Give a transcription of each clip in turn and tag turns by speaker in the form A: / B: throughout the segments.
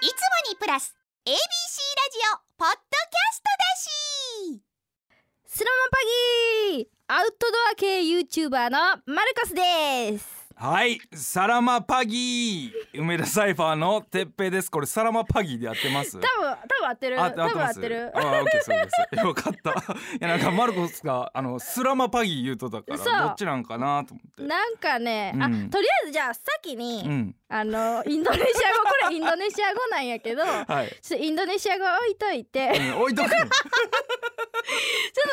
A: いつもにプラス ABC ラジオポッドキャストだし
B: スラマンパギーアウトドア系 YouTuber のマルコスです
C: はい、サラマパギー梅田サイファーのてっぺいです。これサラマパギーでやってます。
B: 多分多分合ってる
C: あ
B: 多分合ってる
C: あ、オッケー、そうです。よかった。いや、なんかマルコスが、あの、スラマパギー言うとだか
B: そう
C: ら、どっちなんかなと思って。
B: なんかね、あ
C: うん
B: とりあえずじゃあ先に、
C: うん、
B: あのインドネシア語これインドネシア語なんや けど
C: はい。
B: ちょっとインドネシア語は置いといて、
C: うん置いとく。
B: ちょ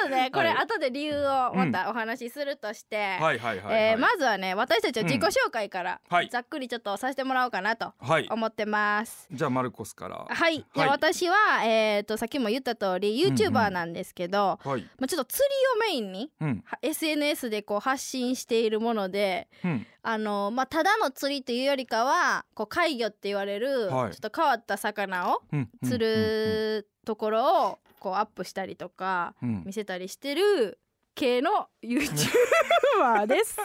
B: っとねこれ
C: はい
B: 後で理由をまたお話しするとして、
C: はい、は
B: え
C: い、はい。
B: ー
C: はい
B: まずはね私たちは自己紹介から、
C: うんはい
B: ざっくりちょっとさせてもらおうかなと
C: はい。
B: 思ってます。
C: じゃあ、マルコスから。
B: はい、で
C: はい
B: 私は、えー、とさっきも言った通り
C: うんうん
B: YouTuber なんですけど、
C: はい。
B: まあ、ちょっと釣りをメインに
C: うん、
B: は SNS でこう発信しているもので、
C: うん、
B: あのまあ、ただの釣りというよりかはこう怪魚って言われる、
C: はい
B: ちょっと変わった魚を
C: うん。うん
B: 釣。るところをこうアップしたりとか
C: うんうん
B: 見せたりしてる系の YouTuber です。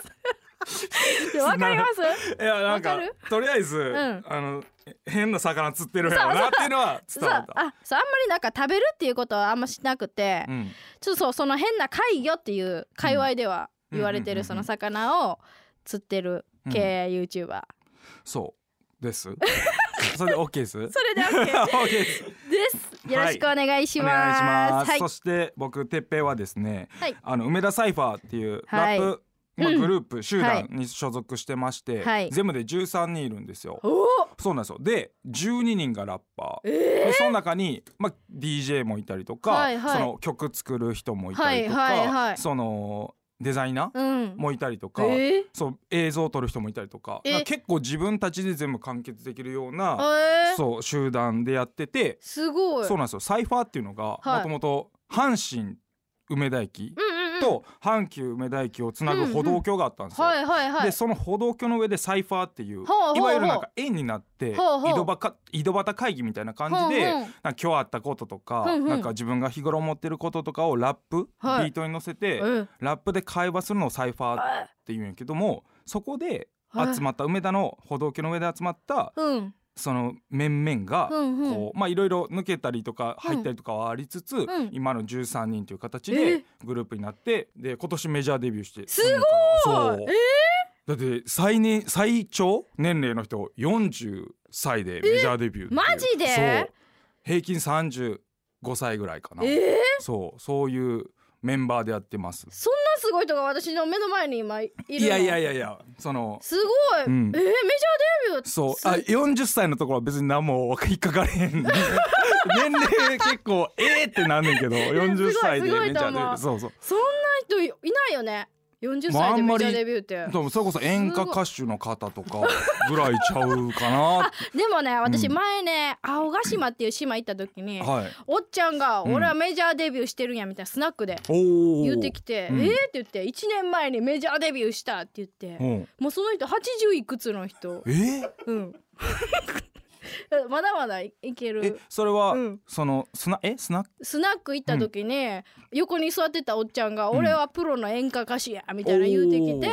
B: でわかります
C: いや、なん
B: わ
C: か
B: かる、
C: とりあえず、
B: ん
C: あの、変な魚釣ってるやろうなっていうのは
B: そ
C: 伝
B: う
C: わ
B: あ
C: った。
B: そうあんまりなんか食べるっていうことはあんましなくて、
C: うん。
B: ちょっとそうその変な怪魚っていう界隈では言われて
C: うんうんうんう
B: る
C: ん
B: その魚を釣ってる
C: うん
B: 系 YouTuber、
C: そうです。 それで OK です。
B: それで OK
C: OK です。
B: ですよろしくお願いし
C: お願いし
B: ま
C: ますす。
B: はい
C: そして僕てっぺいはですね、
B: はい
C: あの梅田サイファーっていうラ
B: はい
C: ップ、まあ
B: うん
C: グループ集団に所属してまして、
B: はい
C: 全部で13人いるんですよ。
B: おお
C: そうなんですよ。で12人がラッパー。
B: え
C: でその中に、まあ、DJ もいたりとか、
B: はいはい
C: その曲作る人もいたりとか、
B: はいはいはい
C: そのデザイナ
B: ー、うん
C: ーもいたりと
B: え
C: か、
B: ー
C: そう映像を撮る人もいたりとか
B: え
C: なんか結構自分たちで全部完結できるような、
B: えー、
C: そう集団でやってて
B: すごい
C: そうなんですよサイファーっていうのが
B: はい
C: もともと阪神梅田駅
B: うんうんうん
C: と阪急梅田駅をつなぐ歩道橋があったんですよ。
B: はいはいはい
C: でその歩道橋の上でサイファーってい
B: ほ
C: う
B: うほうほう
C: いわゆるなんか円になって井
B: ほうほう
C: 戸端か井戸端会議みたいな感じでなんか今日あったこととか
B: うんうん
C: なんか自分が日頃思ってることとかをラップビ
B: はい
C: ートに乗せて
B: うんうん
C: ラップで会話するのをサイファーっていうんやけどもそこで集まった梅田の歩道橋の上で集まった
B: うん
C: その面々が
B: うんうん
C: こうまあいろいろ抜けたりとか入ったりとかはありつつ、
B: ん
C: 今の13人という形
B: え
C: でグループになってで今年メジャーデビューして
B: すごい
C: そう
B: えー
C: だって最年最長年齢の人40歳でメジャーデビューっていう
B: マジで
C: そう平均35歳ぐらいかな、
B: えー、
C: そうそういうメンバーでやってます
B: そんなすごい人が私の目の前に今いる
C: い
B: の
C: やいやいやいやその
B: すごい、
C: うん
B: えー、メジャーデビューって
C: そう
B: す
C: あ40歳のところは別に何も引っかかれへん年齢結構ええってなんねんけど40歳でめちゃ
B: すごいと思う
C: そうそう
B: そんな人いいないよね40
C: まあ
B: 歳
C: あ
B: で
C: ん
B: メ
C: ま
B: ジ
C: り
B: ャーデビューって、
C: でもそれこそ演歌歌手の方とかぐらいちゃうかな
B: でもね私
C: うん
B: 前ね、青ヶ島っていう島行った時に、
C: はい
B: おっちゃんが「
C: うん
B: 俺はメジャーデビューしてるんや」みたいなスナックで
C: おお
B: 言ってきて「
C: うん
B: えーって言って「1年前にメジャーデビューした」って言って、
C: うん
B: もうその人80いくつの人
C: えー
B: うん まだまだいいけ
C: え
B: る
C: それは、
B: うん
C: そのスナえスナック
B: スナック行った時に、横に座ってたおっちゃんが「
C: ん
B: 俺はプロの演歌歌手や」みたいな言うてきて、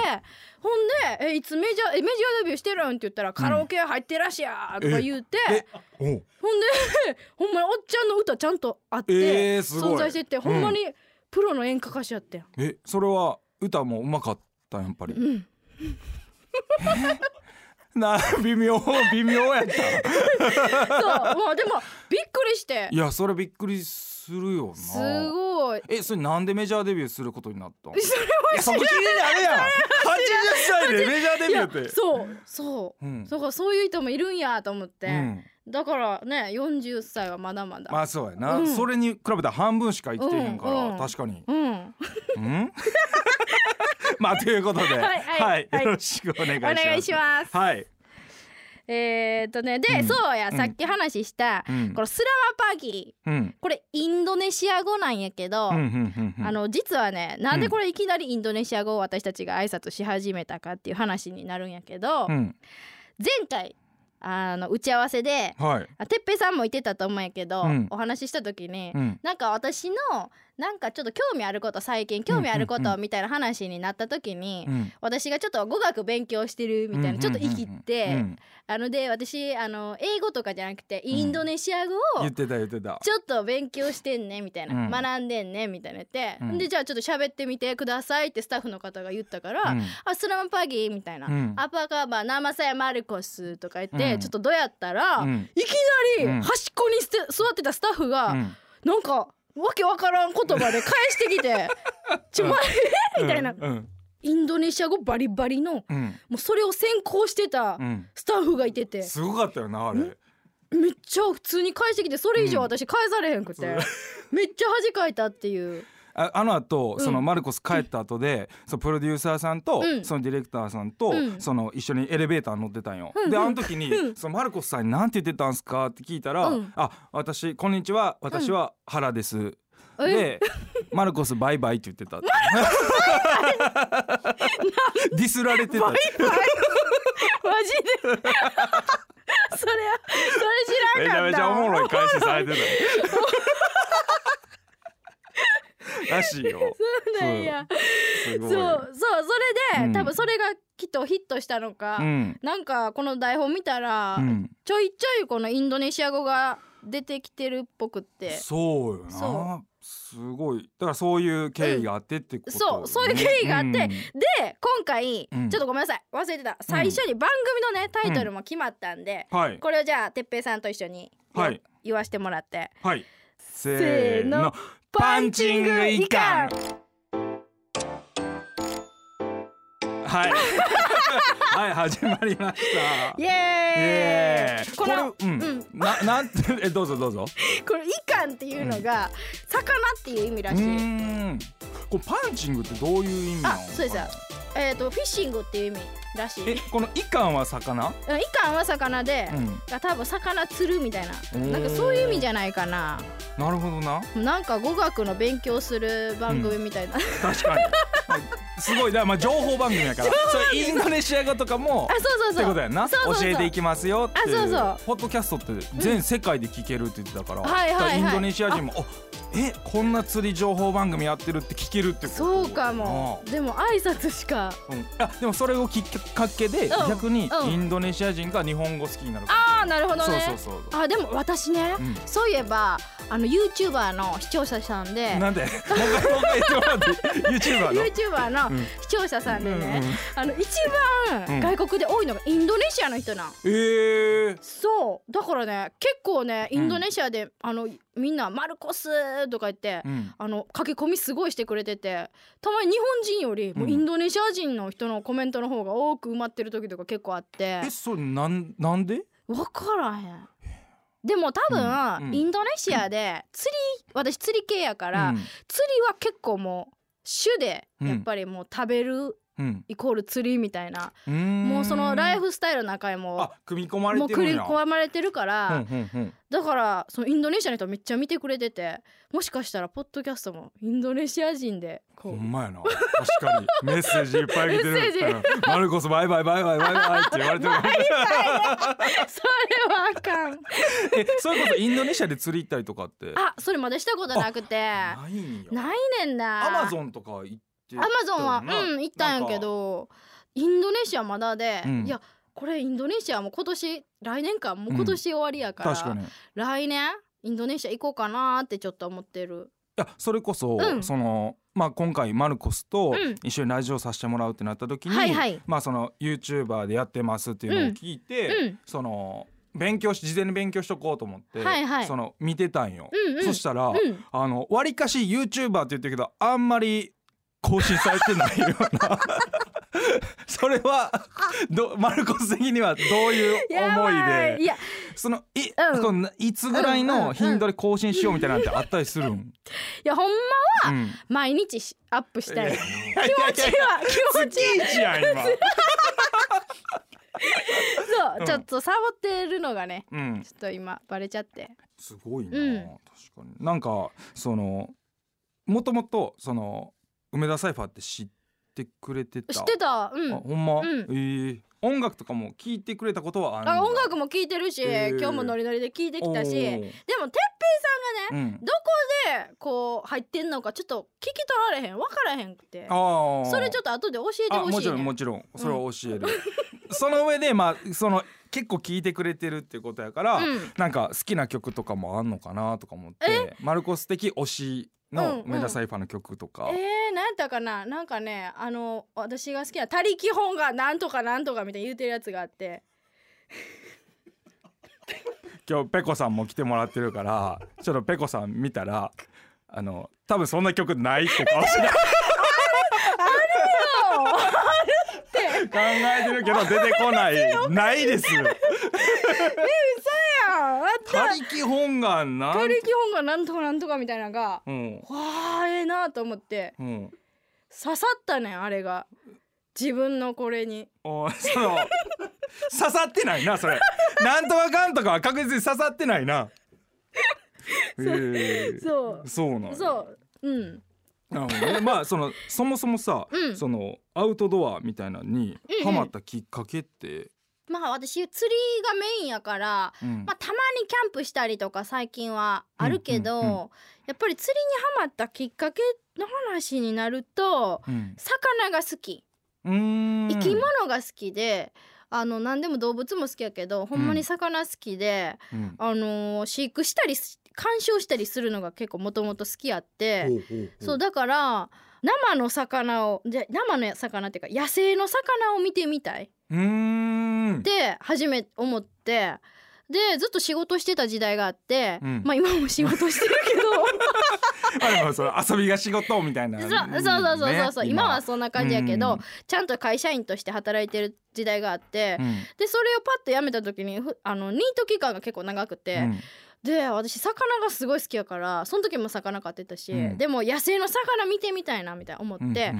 B: ほ
C: お
B: ん
C: ー
B: で「えいつメジャーえメジャーデビューしてるん?」って言ったら「カラオケ入ってらっしゃ」とか言うて、
C: えお
B: ほ
C: う
B: んでほんまにおっちゃんの歌ちゃんとあって、
C: えーすごい
B: 存在しててほんまにプロの演歌歌手や ってん。
C: えそれは歌もうまかったやっぱり、
B: ん
C: え な微妙微妙やった
B: そうまあでもびっくりして
C: いやそれびっくりするよな
B: すごい。
C: えそれなんでメジャーデビューすることになったの
B: それ
C: いやそこ気になるやん80歳でメジャーデビューって
B: いやそうそう、
C: うん
B: そうかそういう人もいるんやと思って、
C: うん、
B: だからね40歳はまだまだ、
C: まあそうやな、
B: うん
C: それに比べたら半分しか生きてへんから、
B: うんうん
C: 確かに
B: うん
C: うん。 まあということで、
B: はいはいはい
C: よろしくお願いし
B: お
C: ます。
B: 願いします。
C: はい。
B: えー、っとねで、
C: うん
B: そうや
C: うん
B: さっき話した、
C: うん
B: このスラマパギー
C: うん。
B: これインドネシア語なんやけど、
C: うんうんうんうん。
B: あの実はねなんでこれいきなりインドネシア語を私たちが挨拶し始めたかっていう話になるんやけど、
C: うん。
B: 前回あの打ち合わせで
C: はい。
B: あてっぺいさんも言ってたと思うんやけど、
C: うん
B: お話しした時に、
C: うん。
B: なんか私のなんかちょっと興味あること最近興味あることみたいな話になった時に、
C: うん
B: 私がちょっと語学勉強してるみたいなちょっと生きって、
C: うん
B: あので私あの英語とかじゃなくて
C: ん
B: インドネシア語
C: 言
B: を
C: ってた言ってた
B: ちょっと勉強してんねみたいな、
C: うん
B: 学んでんねみたいな言って、
C: うん
B: でじゃあちょっと喋ってみてくださいってスタッフの方が言ったから「
C: うん
B: あスラムパギー」みたいな「
C: うん
B: アパカバナマサヤマルコス」とか言って、
C: うん
B: ちょっとどうやったら、
C: うん
B: いきなり
C: うん
B: 端っこに捨て座ってたスタッフが、
C: うん
B: なんかわけわからん言葉で返してき て「ちょ前みたいな
C: うん
B: インドネシア語バリバリのも
C: うん
B: うそれを先行してた
C: うん
B: スタッフがいてて、
C: すごかったよなあれ
B: めっちゃ普通に返してきてそれ以上
C: うん
B: 私返されへんくて、めっちゃ恥かいたっていう
C: ああの後
B: うん
C: そのマルコス帰った後でそのプロデューサーさんと
B: うん
C: そのディレクターさんと
B: うん
C: その一緒にエレベーター乗ってたんよ
B: うんうん
C: であの時にそのマルコスさんになんて言ってたんすかって聞いたら
B: うん
C: 「あ私こんにちは私は原です」
B: え
C: で「マルコスバイバイ」って言ってたってディスられてた
B: マジで それそれ知
C: めち
B: ら
C: ゃ
B: んか
C: め
B: った
C: ちゃおもろい返しされ てたらしいよ
B: そうなんや
C: す
B: そ
C: ご
B: う
C: い
B: そうそれで、
C: うん
B: 多分それがきっとヒットしたのか、
C: うん
B: なんかこの台本見たら、
C: うん
B: ちょいちょいこのインドネシア語が出てきてるっぽくって
C: そうよな
B: そ
C: すごいだからそういう経緯があってってことよね、
B: そうそういう経緯があってで今回、
C: うん
B: ちょっとごめんなさい忘れてた最初に番組のねタイトルも決まったんで、
C: うんはい
B: これをじゃあてっぺいさんと一緒に言わ,、
C: はい
B: 言わしてもらって
C: はいせ
B: ー
C: ー
B: の
C: のパンチングいかんはい はい始まりました
B: イ
C: イ
B: エ
C: エ
B: ーイ
C: ーイ
B: この
C: れうん、
B: うん
C: ななんてえどうぞどうぞ
B: これイカンっていうのが、魚っていう意味ら
C: う
B: しい、
C: ーんこれパンチングってどういう意味な
B: あ
C: のかな
B: そうですよえっ、とフィッシングっていう意味らしいうん
C: え
B: イ
C: このイカンは魚
B: カンは魚で、
C: うん
B: あ多分魚釣るみたいな
C: ー
B: なんかそういう意味じゃないかな
C: なるほどな
B: なんか語学の勉強する番組みたい な、
C: 確かに すごいだからまあ情報番組やからそれインドネシア語とかも
B: あそうそうそ
C: っ
B: う
C: てことやんな
B: そうそうそう
C: 教えていきますよっていう
B: あそうそう
C: ポッドキャストって全世界で聞けるって言ってたから,、
B: はいはいはい
C: インドネシア人もあえこんな釣り情報番組やってるって聞けるってこと
B: そうかもでも挨拶しか
C: あ,、うん、あでもそれをきっかけで、
B: うん
C: 逆に
B: うん
C: インドネシア人が日本語好きになるか
B: ああなるほど
C: ら、
B: ね
C: そうそうそう
B: あでも私ね、
C: うん
B: そういえばあの YouTuber の視聴者さんで
C: なんでもう一回もう一回言ってもらって YouTuber の
B: YouTuber の
C: うん
B: 視聴者さんでね、
C: うんうん
B: あの一
C: う
B: 番
C: ん
B: 外国で多いのがインドネシアの人なん
C: えー、
B: そうだからね結構ねインドネシアで、あのみんな「マルコス」とか言って、
C: うん
B: あの書き込みすごいしてくれててたまに日本人よりもうインドネシア人の人のコメントの方が多く埋まってる時とか結構あって
C: えそれなんなんで
B: 分からへんでも多
C: うん
B: 分、
C: うん
B: インドネシアで釣り私釣り系やから、
C: うん
B: 釣りは結構もう種でやっぱりもう食べる
C: うん
B: イコール釣りみたいな、
C: うーん
B: もうそのライフスタイルの中にも
C: あ組み込まれ
B: もう
C: てるん
B: 組
C: や
B: み込まれてるから、
C: うんうんうん
B: だからそのインドネシアの人めっちゃ見てくれててもしかしたらポッドキャストもインドネシア人でこ
C: ほ
B: う、
C: んまやな確かにメッセージいっぱい来てる
B: メッセージ
C: うんマルコスバイバイバイバイバイバイって言われてる
B: それはあかん
C: えそれこそインドネシアで釣り行ったりとかって
B: あそれまでしたことなくてな
C: ないん
B: い
C: や
B: ねんな
C: アマゾンとか行って
B: アマゾンは
C: な
B: うん行ったんやけどインドネシアまだで、
C: うん
B: いやこれインドネシアも今年来年かもう今年終わりやから、
C: 確かにい
B: 来年インドネシア行こうかなーってちょっと思ってる
C: やそれこそ、
B: うん
C: そのまあ今回マルコス
B: う
C: と
B: ん
C: 一緒にラジオさせてもらうってなった時に、
B: はいはい
C: まあその YouTuber でやってますっていうのを聞いて、
B: うん
C: その勉強し事前に勉強しとこうと思って、
B: はいはい
C: その見てたんよ、
B: うんうん
C: そしたら、
B: うん
C: あのわりかし YouTuber って言ってるけどあんまり更新されてないような それはどマルコス的にはどういう思い
B: ばいい
C: で
B: や
C: そのい,そ
B: うん
C: の、いつぐらいの頻度で更新しようみたいなんてあったりするん、うん
B: いやほんま
C: いや
B: 毎日しアップしたい
C: いやいや
B: 気持ちは気持ちいい
C: 月一やん今、
B: そう、
C: うん
B: ちょっとサボってるのがね
C: うん
B: ちょ、っと今バレちゃって
C: すごいな、
B: うん
C: 確かになんかそのもともとその梅田サイファーって知ってくれてた
B: 知ってたう
C: あ
B: ん
C: ほんま、
B: うん
C: ええ音楽とかも聞いてくれたことはあるんだ
B: あ音楽も聞いてるし、
C: えー
B: 今日もノリノリで聞いてきたしでもてっぺいさんがね
C: おーうん
B: どこでこう入ってんのかちょっと聞き取られへん分からへんくて
C: ああ
B: それちょっと後で教えて
C: あ
B: ほ
C: も
B: し
C: ち
B: い
C: ろん
B: ね
C: もちろんそれは教える、 その上でまあその結構聞いてくれてるっていうことやから、
B: うん
C: なんか好きな曲とかもあんのかなとか思ってマルコス的推しの
B: うん
C: メダサイファーの曲とか、
B: えー、何やったかななんかねあの私が好きな「他力本がなんとかなんとか」みたいに言うてるやつがあ って
C: 今日ペコさんも来てもらってるからちょっとペコさん見たらあの多分そんな曲ないって顔して た考えてるけど出てこないないです
B: ああった
C: 他力本願な
B: 他
C: ん
B: 力本がなんとかなんとかみたいなのが
C: うん
B: わあええなと思って
C: うん
B: 刺さったねんあれが自分のこれに
C: おその刺さってないなそれなんとかかんとかは確実に刺さってないなへえ
B: そう
C: そうなんや
B: そううん
C: なるほどねまあそのそもそもさ、
B: うん
C: そのアウトドアみたいなのに
B: うん
C: ハマったきっかけって、
B: まあ私釣りがメインやから
C: うん
B: まあ、たまにキャンプしたりとか最近はあるけど、
C: うんうんう
B: やっぱり釣りにハマったきっかけの話になると
C: うん
B: 魚が好き
C: うーん
B: 生き物が好きで、あの何でも動物も好きやけどほんまに魚好きで、
C: うん
B: あのー飼育したりし鑑賞したりするのが結構もともと好きやって、
C: ほうほうほう
B: そうだから生の魚をじゃ生の魚っていうか野生の魚を見てみたい。
C: うーん
B: で初め思ってでずっと仕事してた時代があって、
C: うん
B: まあ今も仕事してるけど
C: あでもそれ遊びが仕事みたいな、
B: そうそうそうそうそうそう、
C: ね
B: 今はそんな感じやけど、
C: うん
B: ちゃんと会社員として働いてる時代があって、
C: うん
B: でそれをパッと辞めた時にふあのニート期間が結構長くて、
C: うん
B: で私魚がすごい好きやからその時も魚飼ってたし、
C: うん
B: でも野生の魚見てみたいなみたいな思って、
C: うん
B: で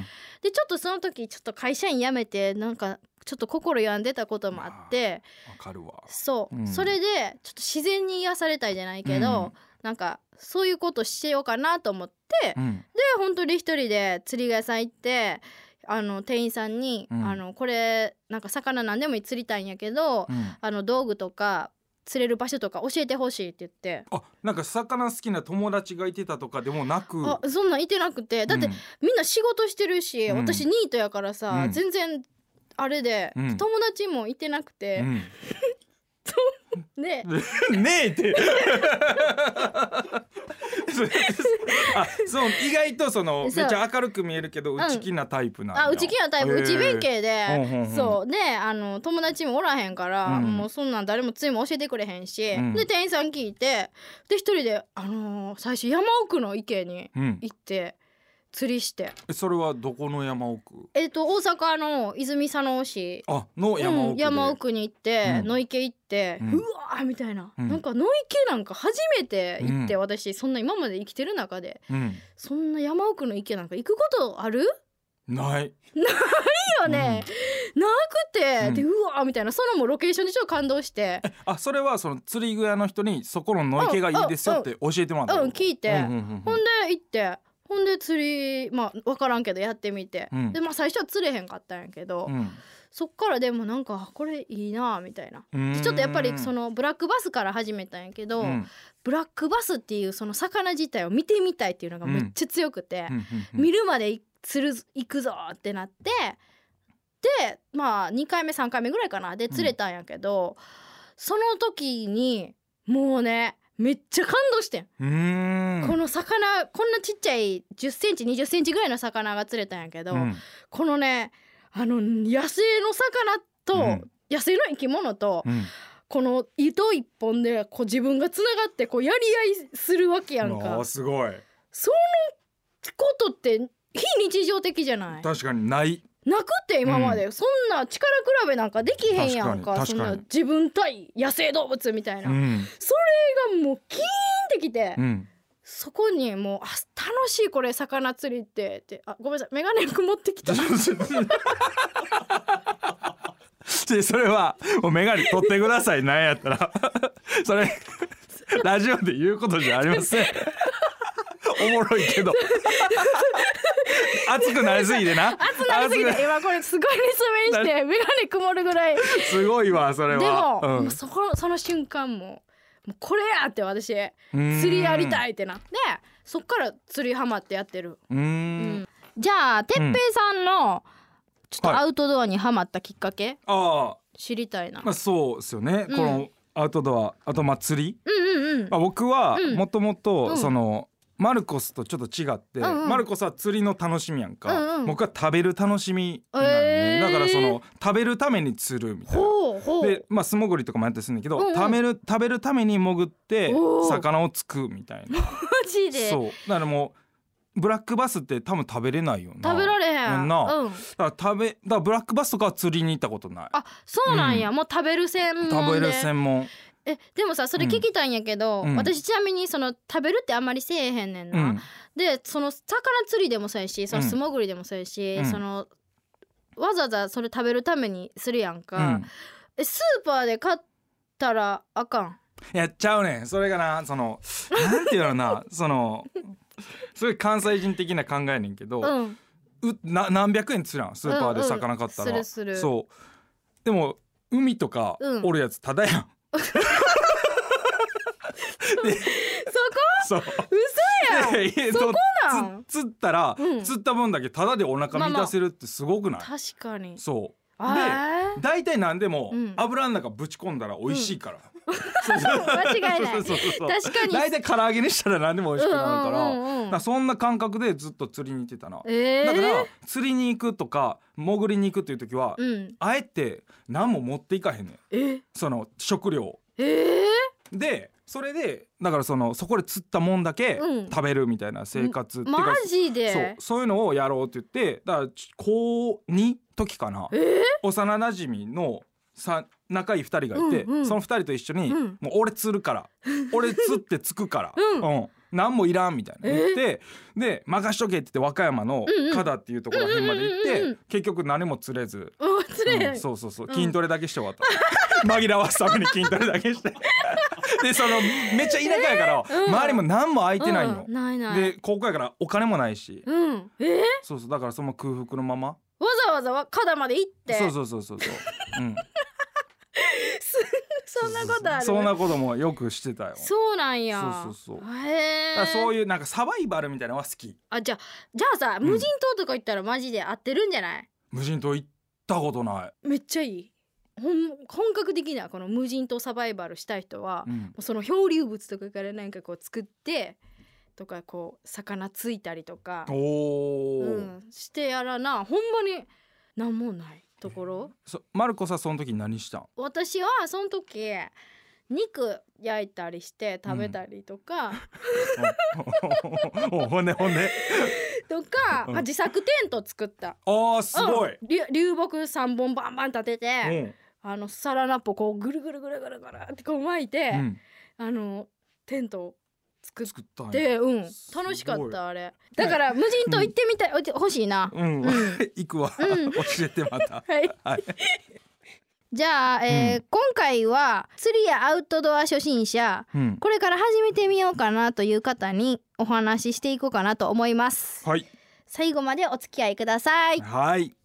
B: ちょっとその時ちょっと会社員辞めてなんかちょっと心病んでたこともあって。
C: わかるわ
B: そう、
C: うん
B: それでちょっと自然に癒されたいじゃないけど、
C: うん
B: なんかそういうことしてようかなと思って
C: うん
B: で本当に一人で釣り具屋さん行ってあの店員さんに、
C: うん
B: あのこれなんか魚何でもいい釣りたいんやけど、
C: うん
B: あの道具とか釣れる場所とか教えてほしいって言って、
C: あなんか魚好きな友達がいてたとかでもなく
B: あそんなんいてなくてだって、みんな仕事してるし、
C: うん
B: 私ニートやからさ、
C: うん
B: 全然あれで、
C: うん
B: 友達もいてなく
C: う
B: て、
C: ん
B: で
C: うん、 ねえってあそう意外とそのめっ
B: そう
C: ちゃ明るく見えるけど
B: ん
C: 内気なタイプなんだ
B: あうちきなタイ
C: へ
B: プ
C: え
B: うち弁慶で、
C: うんうんうん
B: そうであの友達もおらへんから、
C: うん
B: もうそんなん誰もついも教えてくれへんし、
C: うん
B: で店員さん聞いてで一人で、あのー最初山奥の池に
C: うん、
B: 行って釣りして
C: えそれはどこの山奥
B: えっ、と大阪の泉佐野市
C: あの山奥
B: うん
C: で、
B: 山奥に行って、
C: うん
B: 野池行って、
C: う
B: うんわーみたいな、
C: うん
B: なんか野池なんか初めて行って、
C: う
B: 私そんな今まで生きてる中で
C: うん
B: そんな山奥の池なんか行くことある
C: ない
B: よね、なくて、
C: うん
B: でうわーみたいなそのもロケーションでちょっと感動して
C: あそれはその釣り具屋の人にそこの野池がいいですよって教えてもらった
B: うん聞いて
C: うんうんう
B: ほ
C: ん
B: んで行ってほんで釣りまあ分からんけどやってみて、
C: うん
B: でまあ最初は釣れへんかったんやけど、
C: うん
B: そっからでもなんかあこれいいなみたいな。
C: うん
B: で
C: うん
B: ちょっとやっぱりそのブラックバスから始めたんやけど、
C: うんうん
B: ブラックバスっていうその魚自体を見てみたいっていうのがめっちゃ強くて
C: う、んうん
B: 見るまで釣る行くぞってなってでまあ2回目3回目ぐらいかなで釣れたんやけど、その時にもうねめっちゃ感動してん、
C: うーん
B: この魚こんなちっちゃい1 0センチ2 0センチぐらいの魚が釣れたんやけど、
C: うん
B: このねあの野生の魚と、
C: う
B: 野生の生き物と、
C: うん
B: この糸一本でこう自分がつながってこうやり合いするわけやん
C: あ
B: か
C: ー。すごい
B: ことって非日常的じゃない
C: 確かにない
B: 泣くって今まで、そんな力比べなんかできへんやんか
C: 確かに
B: そん
C: 確
B: な
C: かに
B: 自分対野生動物みたいな、
C: う
B: そ
C: ん
B: れがもうキーンってきて、
C: うん
B: そこにもうあ楽しいこれ魚釣りってってあごめんなさいメガネ曇って きた
C: でそれはもうメガネ取ってくださいなんやったらそれラジオで言うことじゃありませんおもろいけど熱くなりすぎてな熱
B: されすぎて今これすごいリスメンして眼鏡曇るぐらいです
C: ごいわそれは
B: も,、もうそこその瞬間ももうこれやって私
C: うん
B: 釣りやりたい
C: い
B: ってなってそっから釣りハマってやってる
C: うーん
B: じゃあてっぺいさんのちょっと
C: はい
B: アウトドアにハマったきっかけ、
C: あ
B: 知りたいな、
C: あまあそうですよね、
B: うん
C: このアウトドアあとまあ釣り、
B: うんうんうん
C: まあ、僕は
B: うん
C: もとも
B: う
C: と
B: ん
C: その、マルコスとちょっと違って、
B: うんうん
C: マルコスは釣りの楽しみやんか、
B: うんうん
C: 僕は食べる楽しみなんで、
B: へー
C: だからその食べるために釣るみたいな
B: ほうほう
C: で、まあ、素潜りとかもやったりするんだけど、
B: うんうん
C: 食べる食べるために潜って
B: おー
C: 魚をつくみたいな
B: マジで
C: そうだからもうブラックバスって多分食べれないよな
B: 食べられへん
C: な
B: うん、
C: だから食べだからブラックバスとかは釣りに行ったことない
B: あそうなんや、もう食べる専門で
C: 食べる専門
B: えでもさそれ聞きたいんやけど、
C: うん
B: 私ちなみにその食べるってあんまりせえへんねん
C: う
B: な、
C: ん
B: でその魚釣りでもそうやしその
C: うん
B: 素潜りでもそうやし、
C: うん
B: そのわざわざそれ食べるためにするやん
C: う
B: か、
C: ん
B: えスーパーで買ったらあかん
C: やっちゃうねんそれがなそのなんていうのなそのすごい関西人的な考えねんけど、
B: うん
C: うな何百円釣らんスーパーで魚買ったら、
B: うんうんするする
C: そうでも海とか
B: うん
C: おるやつた だやん、
B: そ
C: そう
B: こ嘘 やん
C: いやいや
B: そこ
C: つ
B: なん
C: 釣ったら、
B: うん
C: 釣った分だけタダでお腹満たせるってすごくない、
B: 確かに
C: そ
B: あ
C: う大体何でも、
B: うん
C: 油の中ぶち込んだら美味しいから、
B: 間違いない
C: そうそうそうそう
B: 確かに
C: 大体唐揚げにしたら何でも美味しくなるから,、
B: うんうんうんうん
C: だからそんな感覚でずっと釣りに行ってたな、
B: ーえー、
C: だから釣りに行くとか潜りに行くっていう時は、
B: うん
C: あえて何も持っていかへんねん
B: え
C: その食料
B: えー、
C: でそれでだからそのそこで釣ったもんだけ
B: うん
C: 食べるみたいな生活、っていうか
B: マジで
C: そうそういうのをやろうって言ってだからち高2時かな
B: えー、
C: 幼なじみのさ仲いい2人がいて、
B: うんうん
C: その2人と一緒に「
B: うん
C: もう俺釣 るから俺釣ってつくから、
B: うん
C: 何もいらん」みたいな言って、で「任しとけ」って言って和歌山の
B: うんうん
C: 加田っていうところら辺まで行っ
B: うんうんうんう
C: て
B: ん
C: 結局何も釣れず、
B: おつれ、
C: うんそうそうそう
B: うん
C: 筋トレだけして終わった、 紛らわすために筋トレだけして でそのめっちゃ田舎やから、
B: えーうん
C: 周りも何も空いてないの
B: う。んないない
C: で高校やからお金もないし、
B: うんえー、
C: そうそうだからその空腹のまま
B: わざわざわ肩まで行って
C: そうそうそうそうそう、うん、
B: そんなことある
C: そうそうそうそんなこともよくしてたよ
B: そうなんや
C: そうそうそう
B: へ
C: だ
B: え
C: からそういうなんかサバイバルみたいなのは好き
B: あじゃあじゃあさ無人島とか行ったらマジで合ってるんじゃない、
C: 無人島行ったことない、
B: めっちゃいいほん本格的なこの無人島サバイバルしたい人は、
C: う
B: も
C: ん、
B: うその漂流物とかからなんかこう作ってとかこう魚ついたりとか
C: お、
B: う
C: お、
B: ん、してやらなほんまになんもないところ
C: そマルコさんその時何したん
B: 私はその時肉焼いたりして食べたりとか、
C: おお ほんでほんで
B: とか、
C: うん
B: あ自作テント作った。
C: あーすごい、
B: うんりゅ流木三本バンバン立て
C: う
B: て、
C: ん
B: あのサランラップをこうぐるぐるぐるぐるぐるってこう巻いて、
C: うん、
B: あのテントを作っ
C: 作ったんや
B: て、うん
C: すごい
B: 楽しかったあれ。だから無人島行ってみたい、お欲しいな。
C: うん、
B: うん
C: 行くわ、
B: うん
C: 教えてまた
B: はい。
C: はい
B: じゃあ、えー
C: うん
B: 今回は釣りやアウトドア初心者
C: うん
B: これから始めてみようかなという方にお話ししていこうかなと思います。
C: はい
B: 最後までお付き合いください。
C: はい。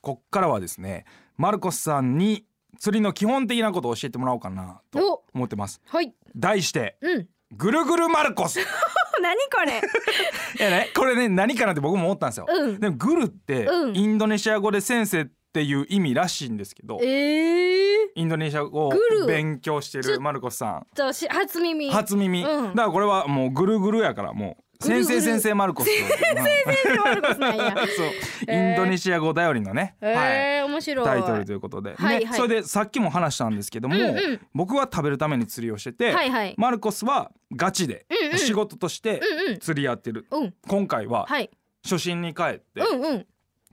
C: こっからはですね、マルコスさんに釣りの基本的なことを教えてもらおうかなと
B: お
C: 思ってます。
B: はい。
C: 題して
B: うん。
C: ぐるぐるマルコス。い
B: 何これ。
C: やね、これね何かなって僕も思ったんですよ。
B: うん
C: でもグルって
B: うん
C: インドネシア語で先生っていう意味らしいんですけど、
B: ええー。
C: インドネシア語を
B: グル
C: 勉強してるマルコスさん。
B: ちょっとし初耳。
C: 初耳、
B: うん
C: だからこれはもうぐるぐるやからもう
B: ぐる
C: 先
B: ぐる
C: 生先生マルコス先
B: 全然悪くないや。
C: そう、
B: えー
C: インドネシア語頼りのね、
B: ええー、面白い。
C: はい、タイトルということで、
B: はい
C: ね
B: はい
C: それでさっきも話したんですけども、
B: うんうん
C: 僕は食べるために釣りをしてて、
B: はいはい。
C: マルコスはガチで
B: うんうん
C: 仕事として
B: うんうん。
C: 釣りやってる、
B: うん。
C: 今回は
B: はい。
C: 初心に帰って、
B: うんうん。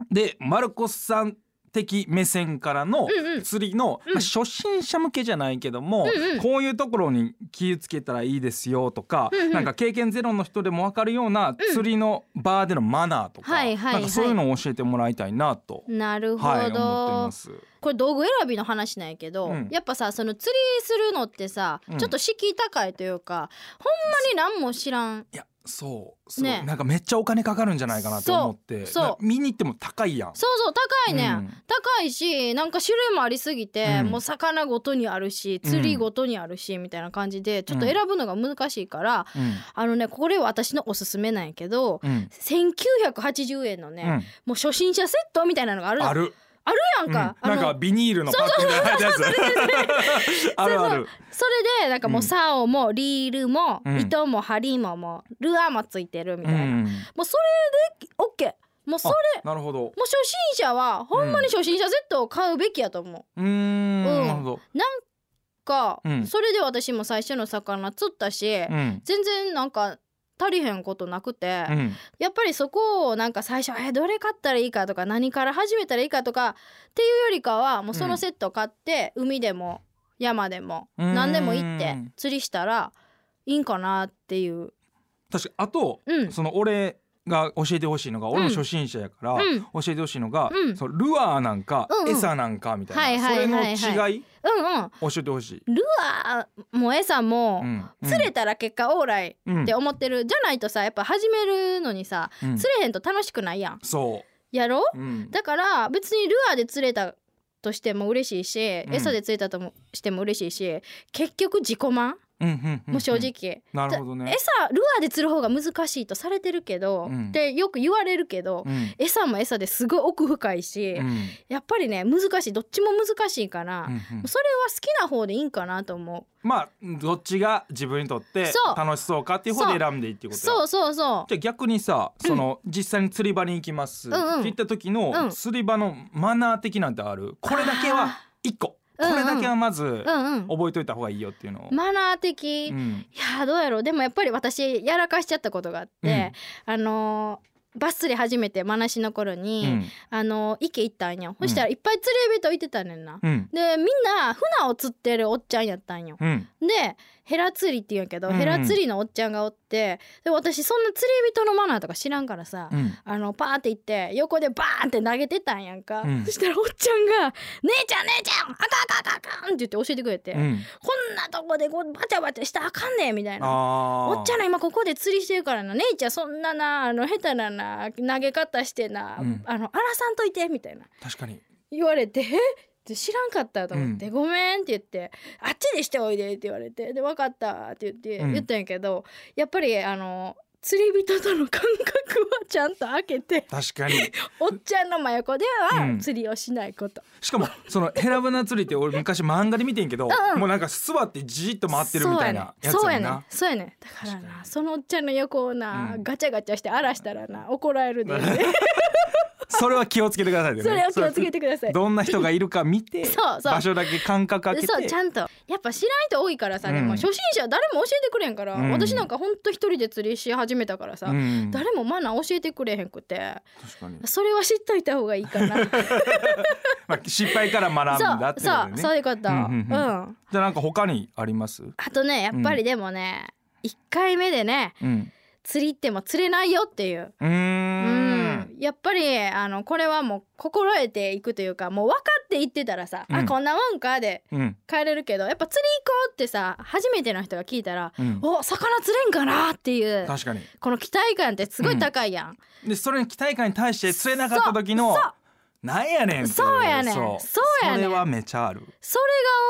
C: でマルコスさん的目線からの
B: うんうん
C: 釣りの、
B: うん
C: まあ、初心者向けじゃないけども、
B: うんうん
C: こういうところに気をつけたらいいですよとか、
B: うんうん
C: なんか経験ゼロの人でも分かるような釣りの場でのマナーとか,、
B: はいはいはい
C: なんかそういうのを教えてもらいたいなと、
B: なるほど、
C: はい、思ってます。
B: これ道具選びの話なんやけど、
C: うん
B: やっぱさその釣りするのってさ、
C: うん
B: ちょっと敷居高いというかほんまに何も知らん
C: いやそうそう、
B: ね
C: なんかめっちゃお金かかるんじゃないかなと思っ
B: そ
C: て
B: うそう
C: な見に行っても高いやん
B: そうそう高いね、
C: うん
B: ん、高いしなんか種類もありすぎて、
C: うん
B: もう魚ごとにあるし釣りごとにあるし、みたいな感じでちょっと選ぶのが難しいから、あのねこれは私のおすすめなんやけど
C: うん、うん
B: 1980円のね、もう初心者セットみたいなのがあ
C: う
B: る
C: ん、
B: の
C: ある
B: あるやんか、
C: うん
B: あ
C: なん
B: の
C: かビニールのパックみたいなやつ あるある
B: それでなんかもう竿もリールも
C: うん
B: 糸も針ももうルアーもついてるみたいな、
C: うん
B: もうそれで OK もうそれ
C: なるほど
B: もう初心者はほんまに初心者セットを買うべきやと思う。
C: うーん
B: うん
C: なるほど
B: か、
C: うん
B: それで私も最初の魚釣ったし、
C: うん
B: 全然なんか足りへんことなくて、
C: うん
B: やっぱりそこをなんか最初えどれ買ったらいいかとか何から始めたらいいかとかっていうよりかはもうそのセット買って、海でも山でも
C: うん
B: 何でも行って釣りしたらいいんかなっていう。
C: 確かあと
B: うん、
C: その俺が教えてほしいのが俺も初心者やから、
B: うん
C: 教えてほしいのが、
B: うん
C: そのルアーなんか、
B: うんうん
C: 餌なんかみたいな、
B: はいはいはいはい
C: それの違い
B: うんうん
C: 教えてほしい、
B: ルアーも餌も、
C: うん、
B: 釣れたら結果オーライ
C: っ
B: って思ってる、じゃないとさやっぱ始めるのにさ
C: うん、
B: 釣れへんと楽しくないやん
C: そ
B: やろ
C: う、うん、
B: だから別にルアーで釣れたとしても嬉しいし、
C: うん
B: 餌で釣れたともしても嬉しいし結局自己満
C: うんうんうんうん
B: もう正直、
C: なるほどね、
B: 餌ルアーで釣る方が難しいとされてるけど、
C: うん
B: ってよく言われるけど、
C: うん
B: 餌も餌ですごい奥深いし、
C: うんうん
B: やっぱりね難しいどっちも難しいから、
C: うん
B: それは好きな方でいいんかなと思
C: まあどっちが自分にとって
B: そう
C: 楽しそうかっていう方
B: そ
C: で
B: う
C: 選んでいいっていう
B: う
C: ことや
B: そうそうそう
C: じゃあ逆にさその、実際に釣り場に行きます、
B: うんうん
C: って言った時
B: う
C: の
B: ん
C: 釣り場のマナー的なんてあるこれだけは一個こ
B: あー
C: れだけはまず、
B: うんうん
C: 覚えといた方がいいよっていうのを。
B: マナー的、い
C: うん
B: やーどうやろうでもやっぱり私やらかしちゃったことがあって、あのーバス釣り初めてまなしの頃
C: う
B: に、
C: ん
B: あの池行ったんよそしたらいっぱい釣り人いてたねんな、
C: うん
B: でみんな船を釣ってるおっちゃんやったんよ
C: うん
B: でヘラ釣りって言うんやけど、
C: うんうん
B: ヘラ釣りのおっちゃんがおってで私そんな釣り人のマナーとか知らんからさ、
C: うん
B: あのパーって行って横でバーンって投げてたんやんか、
C: うん
B: そしたらおっちゃんが「姉ちゃん姉ちゃんあかんあかんあかんあかん」って言って教えてくれて、
C: うん
B: こんなとこでこうバチャバチャしたらあかんねん」みたいな
C: あー
B: おっちゃんら今ここで釣りしてるからな姉ちゃんそんななあの下手なな投げ方してな、
C: うん
B: あの荒らさんといてみたいな
C: 確かに
B: 言われて「えって知らんかったと思って「ごめん」って言って「あっちでしておいで」って言われて「で分かった」って言って、
C: うん
B: 言ったんやけどやっぱりあの釣り人との感覚はちゃんと開け て
C: 確かに
B: おっちゃんの真横で
C: うん
B: は釣りをしないこと。
C: しかもそのヘラブナ釣りって俺昔漫画で見てんけど
B: うんうん
C: もうなんか座ってじーっと回ってるみたいなやつ
B: そうや
C: や
B: ね
C: な
B: そうやねだから
C: 確か
B: な
C: に
B: そのおっちゃんの横をな、
C: うん
B: ガチャガチャして荒らしたらな怒られ るで、
C: それは気をつけてくださいね
B: それを気をつけてください。
C: どんな人がいるか見て
B: そうそう
C: 場所だけ間隔空けて
B: そうちゃんとやっぱ知らない人多いからさ、
C: うん
B: でも初心者誰も教えてくれんから、
C: うん
B: 私なんかほんと一人で釣りし始めたからさ、
C: うん
B: 誰もマナー教えてくれへんくて
C: 確かに
B: それは知っといた方がいいか な
C: まあ失敗から学んだってこ
B: そう
C: と
B: そう
C: で
B: そ
C: ね
B: ういうこと、う
C: うん
B: ん
C: うんうじゃあなんか他にあります
B: あとねやっぱりでもね、一1回目でね
C: うん
B: 釣り行っても釣れないよっていう、
C: うー
B: うん
C: ん
B: やっぱりあのこれはもう心得ていくというかもう分かって行ってたらさ、
C: う
B: あ
C: ん
B: こんなもんかで
C: うん
B: 帰れるけどやっぱ釣り行こうってさ初めての人が聞いたら
C: うん
B: お魚釣れんかなっていう
C: 確かに
B: この期待感ってすごい高いやん、
C: でそれに期待感に対して釣れなかった時の
B: そう
C: なんやねんってい
B: そうやねん
C: そう
B: そうやねん
C: それはめちゃある
B: それ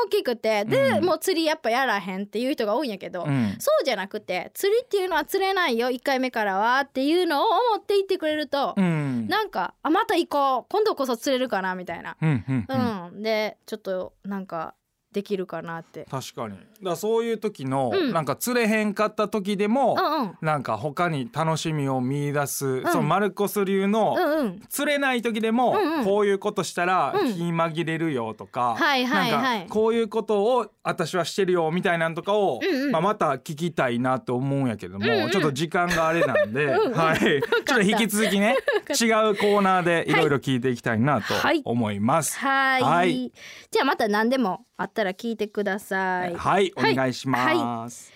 B: が大きくてで、
C: うん
B: もう釣りやっぱやらへんっていう人が多いんやけど、
C: うん
B: そうじゃなくて釣りっていうのは釣れないよ1回目からはっていうのを思って行ってくれると、
C: うん
B: なんかあまた行こう今度こそ釣れるかなみたいな、
C: うんうん
B: う
C: うん
B: んでちょっとなんかできるかなって。
C: 確かにだからそういう時の
B: うん
C: なんか釣れへんかった時でも
B: うんうん
C: なんか他に楽しみを見出す
B: ん
C: そのマルコス流の
B: うんうん、
C: 釣れない時でも
B: うんうん
C: こういうことしたら
B: うん
C: 気紛れるよとか
B: はいはいはい
C: なんかこういうことを私はしてるよみたいなのとかを
B: うんうん
C: まあまた聞きたいなと思うんやけども
B: うんうん
C: ちょっと時間があれなん で
B: うんうん
C: はいちょっと引き続きね違うコーナーでいろいろ聞いていきたいなと
B: はい
C: 思います。
B: はーい
C: はい
B: じゃあまた何でもあったら聞いてください。
C: はい、お
B: はい
C: 願いします。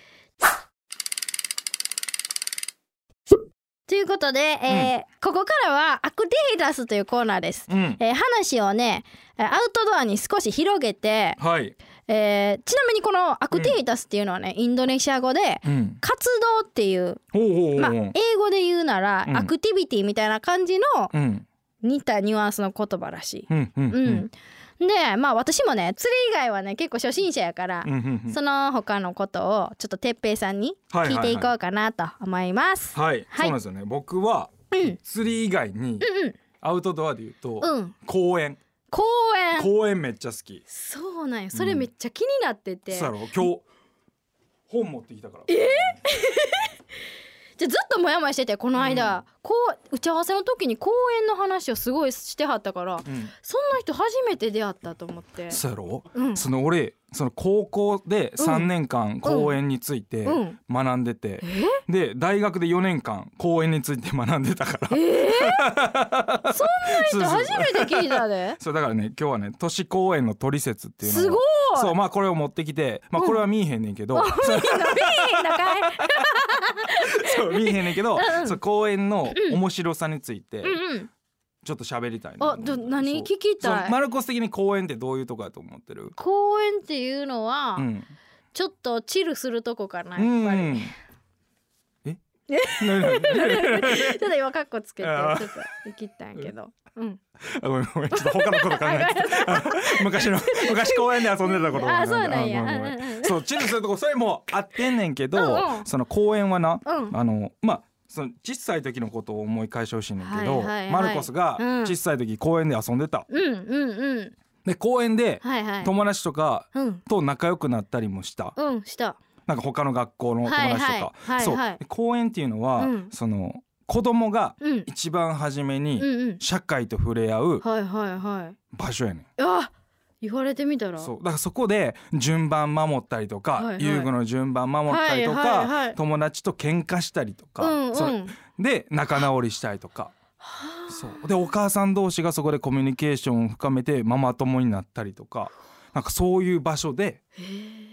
B: ということで、えーここからは「アクティラス」というコーナーです。
C: うん。
B: えー話をねえーアウトドアに少し広げて、
C: はい。
B: えーちなみにこのアクティビタスっていうのはね、インドネシア語で
C: うん。
B: 活動っていう、
C: おうおうおう
B: まあ、英語で言うなら、
C: うん
B: アクティビティみたいな感じの
C: うん。
B: 似たニュアンスの言葉らしい。
C: うん。うん。
B: うん。で、まあ私もね、釣り以外はね、結構初心者やから、
C: うんうんうん
B: その他のことをちょっと哲平さんに
C: はい
B: 聞
C: はい
B: い
C: はい
B: ていこうかなと思います。
C: はい。
B: は
C: そう
B: い
C: なんですよね。僕は釣り以外にアウトドアで言うと
B: うん、うん、
C: 公園。
B: 公園。
C: 公園めっちゃ好き。
B: そうなんや。それめっちゃ気になってて。
C: そう
B: じゃ
C: や
B: あ
C: ろ今日本持ってきたから。
B: ずっとモヤモヤしててこの間、こう打ち合わせの時に公園の話をすごいしてはったから、
C: うん。
B: そんな人初めて出会ったと思って。
C: そうやろ。
B: うん。
C: その俺その高校で3年間公園について
B: うん
C: 学んでて、で大学で4年間公園について学んでたから、。
B: そんな人 初めて聞いたで
C: そうだからね今日はね都市公園のトリセツっていうのを
B: すごい。
C: そうまあこれを持ってきてまあこれは見えへんねんけど、そう
B: みんなみんなかい。
C: そう見えへんねんけど、
B: うん
C: そう公園の面白さについて
B: うんうん。
C: ちょっと喋りたいな、
B: あ、ど何聞き
C: そう
B: たい
C: マ。ルコス的に公園ってどういうとこやと思ってる
B: 公園っていうのは、
C: うん、
B: ちょっとチルするとこかな
C: う
B: やっぱり。
C: ん、え何
B: ち
C: 何
B: ょっと今カッコつけてちょ
C: あ
B: っ
C: ー
B: と生きったんやけど。うん。
C: あ ごめんごめんちょっと他のこと考えて た昔の昔公園で遊んでたこと
B: あ、そうなんや。
C: あ
B: うん
C: ごめん
B: う
C: ごめん
B: んうん
C: そうチルするとこそれも合ってんねんけど、
B: うんうん
C: その公園はな、
B: うん
C: あのまあその小さい時のことを思い返してほしいねんけど、
B: はいはいはい
C: マルコスが
B: うん
C: 小さい時公園で遊んでた、
B: うんうんうん。
C: で公園で
B: はいはい。
C: 友達とか
B: うん
C: と仲良くなったりもした、
B: うんした。
C: なんか他の学校の友達とか、
B: はいはいはいはい
C: そうで公園っていうのは、
B: うん
C: その子供が
B: うん
C: 一番初
B: う
C: めに
B: んうん。
C: 社会と触れ合う
B: はいはいはい。
C: 場所やねん。
B: あ、言われてみたら。
C: そうだからそこで順番守ったりとか、
B: はいはい
C: 遊具の順番守ったりとか、
B: はいはいはい
C: 友達と喧嘩したりとか、
B: うんう
C: それ
B: ん。
C: で仲直りしたりとか。そうでお母さん同士がそこでコミュニケーションを深めてママ友になったりとかなんかそういう場所で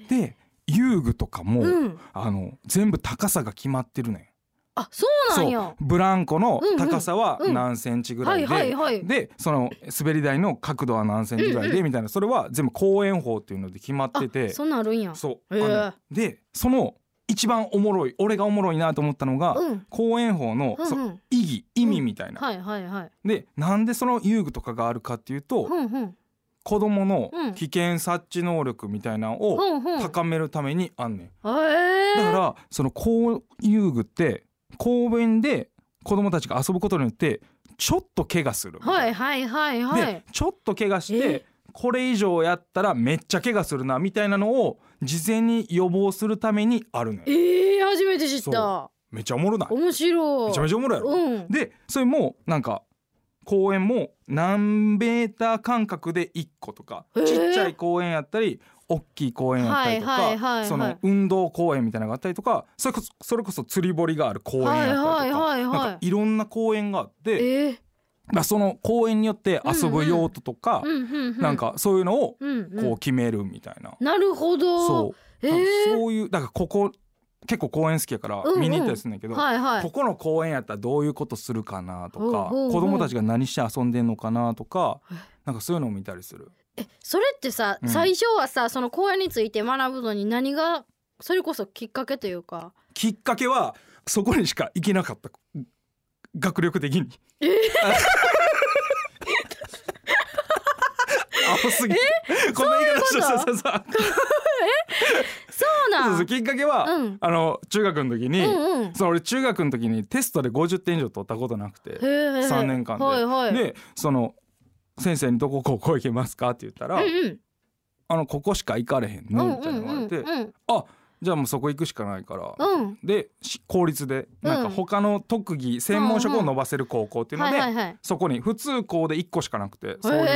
C: で遊具とかも、
B: うん。
C: あの全部高さが決まってるねん。
B: あ、そうなん
C: そう
B: や。
C: ブランコの
B: うんうん
C: 高さは
B: うん
C: 何センチぐら
B: はいいはい
C: で
B: はい。
C: でその滑り台の角度は何センチぐらい
B: うん
C: でみたいなそれは全部公園法っていうので決まって
B: あ、
C: て
B: そんなんあるんや。
C: そう
B: へえ
C: あのでその一番おもろい俺がおもろいなと思ったのが
B: うん。
C: 公園法の
B: うん。
C: そううん意義意味みたいな。
B: はいはいはい。
C: でなんでその遊具とかがあるかっていうと
B: うんうん。
C: 子どもの
B: うん
C: 危険察知能力みたいなのを
B: うんうん。
C: 高めるためにあんねん。
B: え
C: だか
B: え。
C: らその公遊具って公園で子供たちが遊ぶことによってちょっと怪我するみた
B: はいいはいはい
C: な、
B: は
C: で
B: い。
C: ちょっと怪我して
B: え
C: これ以上やったらめっちゃ怪我するなみたいなのを事前に予防するためにあるのよ
B: ええ、初めて知った
C: そ。めっちゃおもろない
B: 面白い。
C: めちゃめちゃおもろいやろ、
B: うん。
C: でそれもなんか公園も何メーター間隔で1個とか
B: へ
C: ちっ
B: ー
C: ちゃい公園やったり大きい公園やったりと
B: はいはいはいは
C: か
B: い
C: その運動公園みたいなのがあったりとかそれこそそれこそ釣り堀がある公園やったりとか,、
B: はいはいはい
C: い
B: はい
C: なんかいろんな公園があって
B: ええ。
C: まあその公園によって遊ぶ用途とか、
B: うんうんうん。
C: なんかそういうのを
B: うんうん。
C: こう決めるみたいな、
B: なるほど。
C: そう
B: え
C: なんか
B: え
C: そういうだからここ結構公園好きやから
B: うんうん
C: 見に行ったりするんだけど、
B: はいはい
C: こ。この公園やったらどういうことするかなとか
B: うんうんうん
C: 子供たちが何して遊んでんのかなとかなんかそういうのを見たりする
B: え、それってさ、
C: うん
B: 最初はさ、その公園について学ぶのに何がそれこそきっかけというか。
C: きっかけはそこにしか行けなかった学力的に。 青すぎてこんな言い方し
B: そういう
C: た
B: こ
C: そうそうそう
B: そうな。
C: そうんそうきっかけは、
B: うん
C: あの中学の時に、
B: うんうん。
C: その俺中学の時にテストで50点以上取ったことなくて。
B: へえ
C: 3年間で、
B: はいはい。
C: でその先生に「どこここ行けますか?」って言ったら「
B: うん
C: あのここしか行かれへん
B: うん。う
C: の」
B: ん
C: み
B: う
C: たいなんの言われ
B: う
C: て「
B: ん
C: あじゃあもうそこ行くしかないから」
B: うん。うん。
C: でし公立でなん
B: う
C: か
B: ん
C: 他の特技専門職を伸ばせる高校っていうの
B: はい
C: で、
B: はいはい。
C: そこに普通校で1個しかなくてそういうのを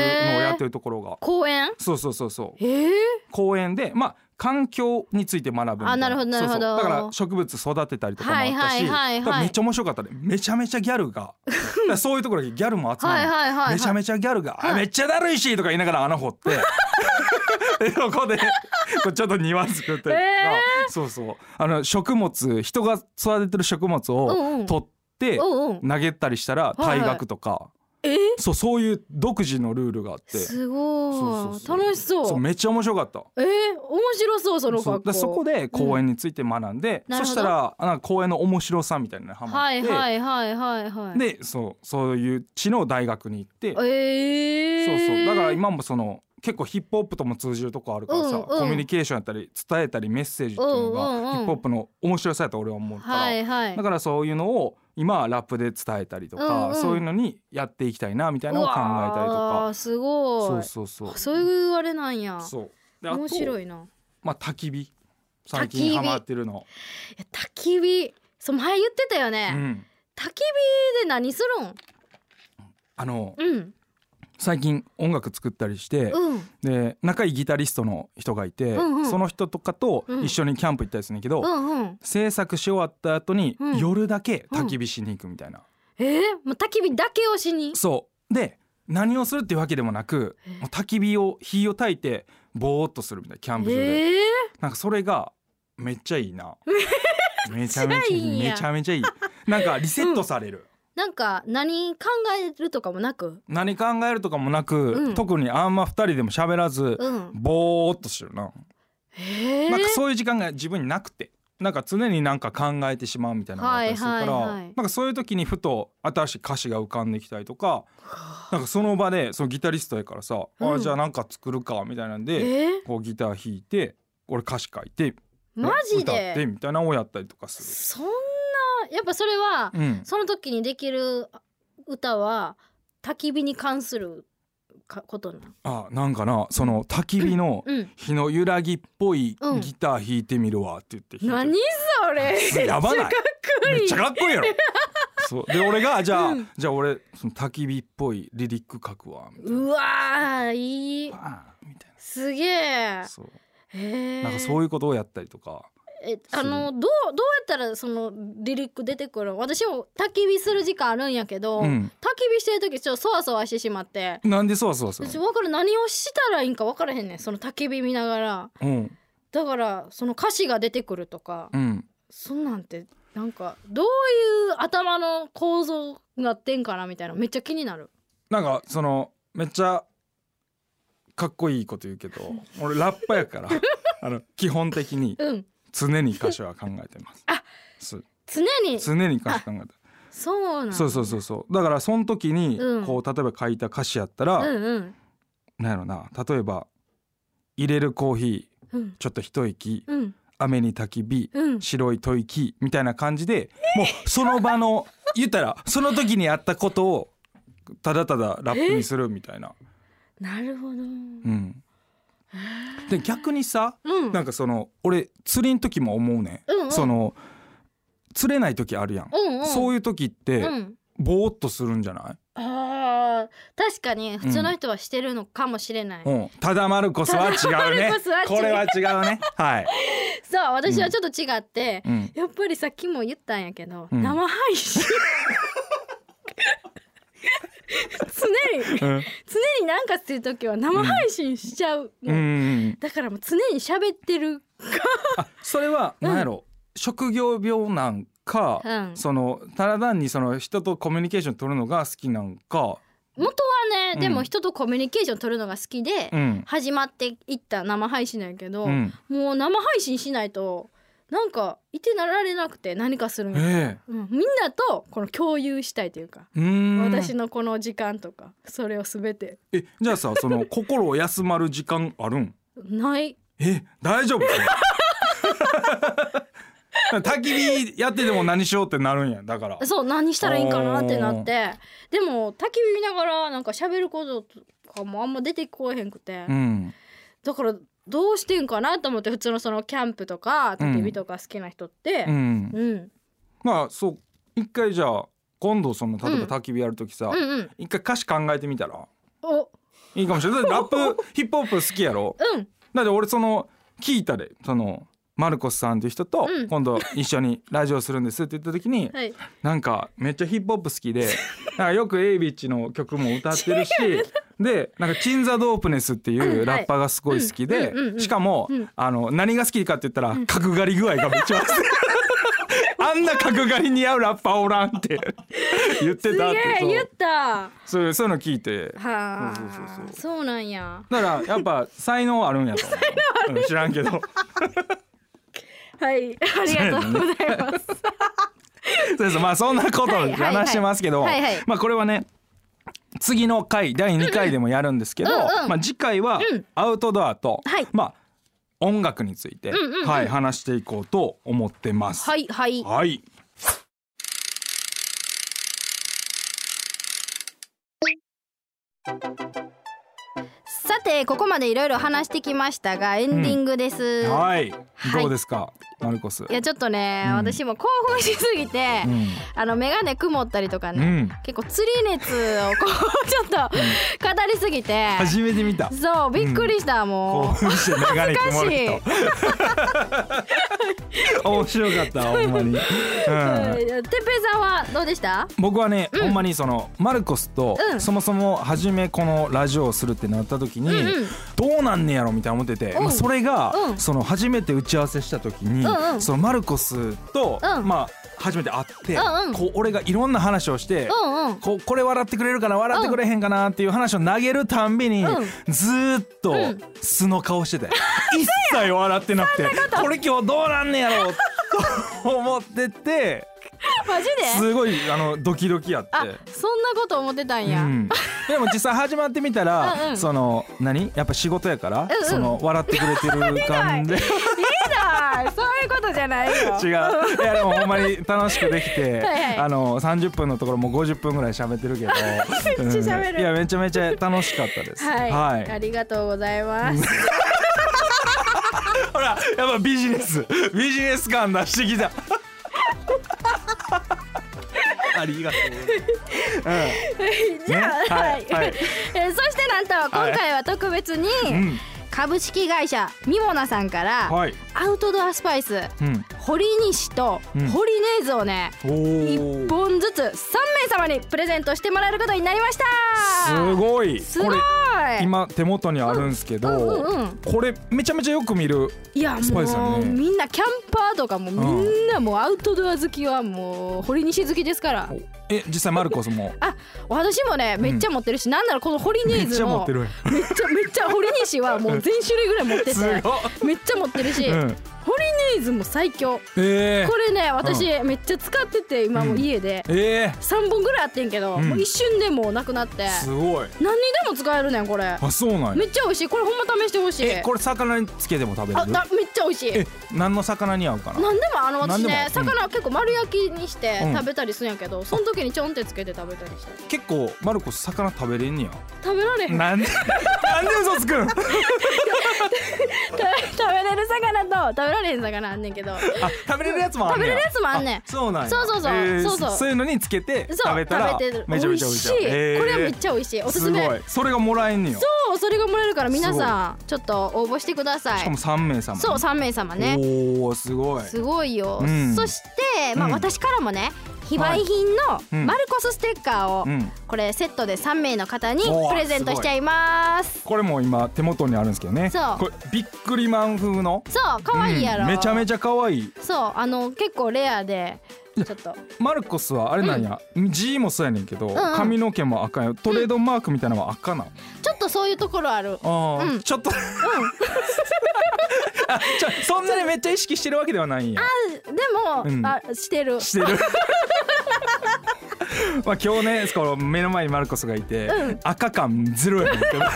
C: やってるところが。
B: 公園。
C: そうそうそうそう
B: ええ。
C: 公園でまあ環境について学ぶみたい
B: あなるほどなるほど
C: そうそうだから植物育てたりとかもあった
B: は
C: し、
B: いはいはいはい
C: だからめっちゃ面白かったねめちゃめちゃギャ ルがだからそういうところにギャルも集ま
B: は
C: る
B: いはいはい。
C: めちゃめちゃギャルが「あめっちゃだるいし」とか言いながら穴掘って でそこでこうちょっと庭作って、
B: え
C: そうそうあの食物人が育ててる食物
B: うんう
C: を
B: ん
C: 取って
B: うんうん。
C: 投げたりしたら
B: はいはい
C: 退学とか、
B: ええ
C: そうそういう独自のルールがあって
B: すご
C: そ
B: い
C: うそうそう
B: 楽しそう
C: そうめっちゃ面白かった
B: えー、面白そうその
C: そう
B: 学
C: だ
B: 校
C: そこで公園について学んで、
B: うんなるほど
C: そしたらあなんか公園の面白さみたいなのにハマっ
B: は
C: て、
B: いはいはいはいはい
C: でそうそういう地の大学に行って、
B: え
C: そう
B: ー、
C: そうだから今もその結構ヒップホップとも通じるとこあるからさ、
B: うんうん
C: コミュニケーションやったり伝えたりメッセージっていうのが、
B: うんうんうん
C: ヒップホップの面白さやと俺は思うから、
B: はいはい
C: だからそういうのを今はラップで伝えたりとか、
B: うんうん
C: そういうのにやっていきたいなみたいなのを考えたりと
B: うわ
C: か
B: ーすごい
C: そうそうそう
B: あそういうあれなんや
C: そうであと
B: 面白いな
C: まあ焚き火
B: 焚
C: 最
B: き火
C: 近ハマってるの、
B: いや焚き火そう前言ってたよ
C: う
B: ね、
C: ん、
B: 焚き火で何するん
C: あの
B: うん
C: 最近音楽作ったりして、
B: うん
C: で仲いいギタリストの人がいて、
B: うんうん
C: その人とかと一緒にキャンプ行ったりするんだけど、
B: うんうん
C: 制作し終わった後に
B: うん
C: 夜だけ焚き火しに行くみたいな、
B: えー、もう焚き火だけをしに
C: そうで何をするっていうわけでもなく
B: えー
C: もう焚き火を火を焚いてぼーっとするみたいなキャンプ場で、
B: えー、
C: なんかそれがめっちゃい いなめちゃめ
B: めっち
C: ちゃ
B: ゃいいん
C: いい
B: や
C: めちゃめちゃいいなんかリセットされる、
B: なんか何考えるとかもなく
C: 何考えるとかもなく、
B: うん
C: 特にあんま二人でも喋らず、
B: うん
C: ぼーっとしてるな、
B: えー、
C: なんかそういう時間が自分になくてなんか常になんか考えてしまうみたいなのがあったりするから、
B: はいはいはい
C: なんかそういう時にふと新しい歌詞が浮かんできたりとかなんかその場でそのギタリストやからさ、
B: うん
C: あじゃあなんか作るかみたいなん
B: え
C: で、
B: ー、
C: こうギター弾いて俺歌詞書いて
B: マジ
C: 歌って
B: で
C: みたいなのをやったりとかす
B: そんなやっぱそれは、
C: る。うん、
B: その時にできる歌は焚き火に関するかことなの
C: あなんかなその焚き火の
B: うん
C: 日の揺らぎっぽい
B: うん
C: ギター弾いてみるわって言って弾いて
B: 何それ
C: やばない
B: めっちゃかっこいい
C: めっちゃかっこいいやろ そうで俺がじゃあ、
B: うん
C: じゃあ俺その焚き火っぽいリリック書くわみたいな
B: うわーいい
C: あーみたい
B: すげえ
C: なそう
B: へえ
C: なんかそういうことをやったりとか
B: えあのどうどうやったらそのリリック出てくるの私も焚き火する時間あるんやけど、
C: う
B: 焚き
C: ん
B: 火してる時ちょっとそわそわしてしまって
C: なんでそうそうそう
B: 私分かる何をしたらいいんか分からへんねんその焚き火見ながら
C: うん
B: だからその歌詞が出てくるとか、
C: うん
B: そんなんてなんかどういう頭の構造になってんかなみたいなめっちゃ気になる
C: なんかそのめっちゃかっこいいこと言うけ ど俺ラッパやから あの基本的に
B: うん
C: 常に歌詞は考えてます
B: あ
C: そう
B: 常に
C: 常に歌詞考えて
B: そうなん
C: そうそうそうそうだからその時に
B: うん
C: こう例えば書いた歌詞やったら、
B: うんうん
C: なんやろな例えば「入れるコーヒー
B: うん
C: ちょっと一息
B: うん
C: 雨に焚き火
B: うん
C: 白い吐息」みたいな感じでもうその場の言ったらその時にやったことをただただラップにするみたいな。
B: なるほど
C: うん、で逆にさ
B: うん
C: なんかその俺釣りの時も思うね、
B: うんうん
C: その釣れない時あるやん、
B: うんうん
C: そういう時って
B: うん
C: ぼーっとするんじゃない、
B: あー確かに普通の人はしてるのかもしれない、
C: うん、ただマルコスは違うね
B: ただマルコスは違う
C: これは違うねはい、
B: そう私はちょっと違って、
C: うん、
B: やっぱりさっきも言ったんやけど、
C: うん
B: 生配信常に
C: うん
B: 常になんかする時は生配信しちゃう、
C: うんうん、
B: だからもう常に喋ってる
C: あそれは
B: うん
C: 何やろ、職業病なんか、
B: うん
C: そのただ単にその人とコミュニケーション取るのが好きなんか、
B: 元はね、
C: うん
B: でも人とコミュニケーション取るのが好きで、
C: うん
B: 始まっていった生配信なんやけど、
C: うん、
B: もう生配信しないとなんかいてなられなくて何かするの、
C: え
B: うん、みんなとこの共有したいというか、
C: えうーん
B: 私のこの時間とかそれを全て
C: えじゃあさ その心を休まる時間あるん
B: ない
C: え大丈夫 焚き火やってても何しようってなるんやだから
B: そう何したらいいんかなってなってでも焚き火見ながらなんか喋ることとかもあんま出てこえへんくて、
C: うん
B: だからどうしてんかなと思って普通のそのキャンプとか焚き火とか好きな人って
C: う、ん
B: うんうん、
C: まあそう一回じゃあ今度その例えば焚き火やる時さ、
B: うん
C: 一回歌詞考えてみたら
B: お
C: いいかもしれないだっ てラップヒップホップ好きやろ
B: うん
C: だって俺その聞いたでそのマルコスさんっていう人と
B: うん
C: 今度一緒にラジオするんですって言った時に、
B: はい
C: なんかめっちゃヒップホップ好 きでなんかよくエイビッチの曲も歌ってるしでなんか「チン・ザ・ドープネス」っていううんラッパーがすごい好き
B: はい
C: で
B: うんうんうんうん
C: しかも
B: うん
C: あの何が好きかって言ったら角刈り具合がめっちゃ合ってるああんな角刈り似合うラッパーおらんって言っ
B: す
C: て
B: げ
C: たって
B: え言ったは
C: そうそうそういうの聞いて
B: あ
C: そうそうそうそう
B: そうなんや
C: だからやっぱ才能あるんやと思 ううん知らんけど
B: はいありがとうござい ます
C: そうそうまあそんなこと
B: はいはいはい
C: 話してますけど、
B: はいはい
C: まあこれはね次の回第2回でもやるんですけど、
B: うんうん
C: まあ、次回は
B: うん
C: アウトドアと、
B: はい
C: まあ音楽について、
B: んうんうん
C: はい、話していこうと思ってます。
B: はいはい
C: はい。
B: さてここまでいろいろ話してきましたがエンディングです、
C: はい。
B: はい
C: どうですか、マルコス。
B: いやちょっとね、
C: うん
B: 私も興奮しすぎて、
C: うん。
B: あの眼鏡曇ったりとか
C: う
B: ね、
C: ん。
B: 結構釣り熱をこうちょっと語りすぎて、
C: 初めて見た。
B: そうびっくりした、
C: 興
B: もう
C: 奮して眼鏡曇る人。面白かった、ほんまに。うん。
B: てっぺいさんはどうでした
C: 僕はね、ほんまにそのマルコスと、
B: うん
C: そもそも初めこのラジオをするってなった時に、
B: うんうん
C: どうなんねやろみたいな思ってて、
B: うん
C: まあ、それが、
B: うん
C: その初めて打ち合わせした時に、
B: うんうん
C: そのマルコスと、
B: うん
C: まあ、初めて会って、
B: うんうん
C: こう俺がいろんな話をして、
B: うんうん
C: こうこれ笑ってくれるかな笑ってくれへんかなっていう話を投げるたんびに、
B: うん
C: ずーっと
B: うん
C: 素の顔 してて、一切笑ってなくてこれ今日どうなんねやろうと思ってて
B: マジです
C: ごいあのドキドキやって。
B: あそんなこと思ってたん
C: う
B: や、
C: ん、でも実際始まってみたら
B: うんうん
C: その何やっぱ仕事やから、
B: うん
C: その笑ってくれてる感 じで
B: いいなそういうことじゃないよ
C: 違ういやでもほんまに楽しくできて
B: はいはい
C: あの30分のところもう50分ぐらい喋ってるけど
B: めっちゃ喋る
C: うんいやめちゃめちゃ楽しかったです
B: はい、ありがとうございます
C: ほらやっぱビジネスビジネス感出してきた ありがとう、
B: じゃあ、
C: ね
B: は
C: はいいはい
B: えーそしてなんと今回は特別に
C: うんうん
B: 株式会社ミモナさんから
C: はい、
B: アウトドアスパイス
C: うん、
B: 堀西と
C: うん
B: 堀ネーズをね
C: お
B: 1
C: ー
B: 本ずつ3名様にプレゼントしてもらえることになりました
C: すごい
B: すご
C: こ
B: い
C: れ今手元にあるんですけど、
B: うんうんうん
C: これめちゃめちゃよく見る
B: いや
C: スパイスだね
B: もうみんなキャンパーとかもみんなもうアウトドア好きはもう堀西好きですから
C: え実際マルコスも
B: あ私もねめっちゃ持ってるし、なんならこの堀ネ
C: め
B: ー
C: っち
B: ズ
C: ゃ持
B: も
C: ってる
B: めっちゃめっちゃ堀西はもう全種類ぐらい持ってて
C: すごい
B: めっちゃ持ってるし、
C: うん
B: ホリネイズも最強
C: え ー
B: こ、れね私めっちゃ使ってて今も家で
C: え
B: 3本ぐらいあってんけど、
C: うん
B: もう一瞬でもうなくなって
C: ー、すごい
B: 何にでも使えるねんこれ
C: あそうなんや
B: めっちゃ美味しいこれほんま試してほしい
C: えこれ魚につけても食べれ
B: あ
C: る
B: だめっちゃ美味しい
C: え何の魚に合うかな
B: なんでもあの私ね
C: なんでもうん
B: 魚結構丸焼きにして
C: うん
B: 食べたりするんやけど、その時にちょんってつけて食べたりして
C: 結構マルコス魚食べれんねや
B: 食べられへん食
C: なんで なんで嘘つくん
B: べ 食べれる魚と食べられへん魚あんねんけど
C: あ食べれるやつもあんね
B: 食べ
C: ん
B: れるやつもあんねん
C: そうなんや
B: そうそうそうそうそう
C: いうのにつけて
B: そう
C: 食べたら
B: 食べてる
C: めちゃめちゃ美味しい
B: 美味しい、
C: えー
B: これはめっちゃ美味しいおすす
C: す
B: め
C: ごいそれがもらえんねや
B: そうそれがもらえるから皆さんちょっと応募してくださ
C: し
B: い
C: かも三名様
B: そう3名様ね
C: おおすごい
B: すごいよ、
C: うん
B: そして、まあ
C: うん
B: 私からもね非売品
C: いう
B: の
C: ん
B: マルコスステッカーを、
C: うん
B: これセットで3名の方に
C: おー
B: プレゼントしちゃいます
C: これも今手元にあるんですけどね
B: そう
C: これビックリマン風の
B: そう可愛いやろ、
C: うんめちゃめ
B: ち
C: ちゃ可愛い
B: ゃそうあの結構レアでちょっと
C: マルコスはあれなんや、G もそうやねんけど、
B: んうん
C: 髪の毛も赤やトレードマークみたいなのは赤なの、
B: ちょっとそういうところある
C: あー
B: うん
C: ちょっと あちょそんなにめっちゃ意識してるわけではないんや
B: でも、
C: うん
B: あしてる
C: してる まあ今日ねこの目の前にマルコスがいて、
B: うん
C: 赤感ゼロやねんけど
B: そう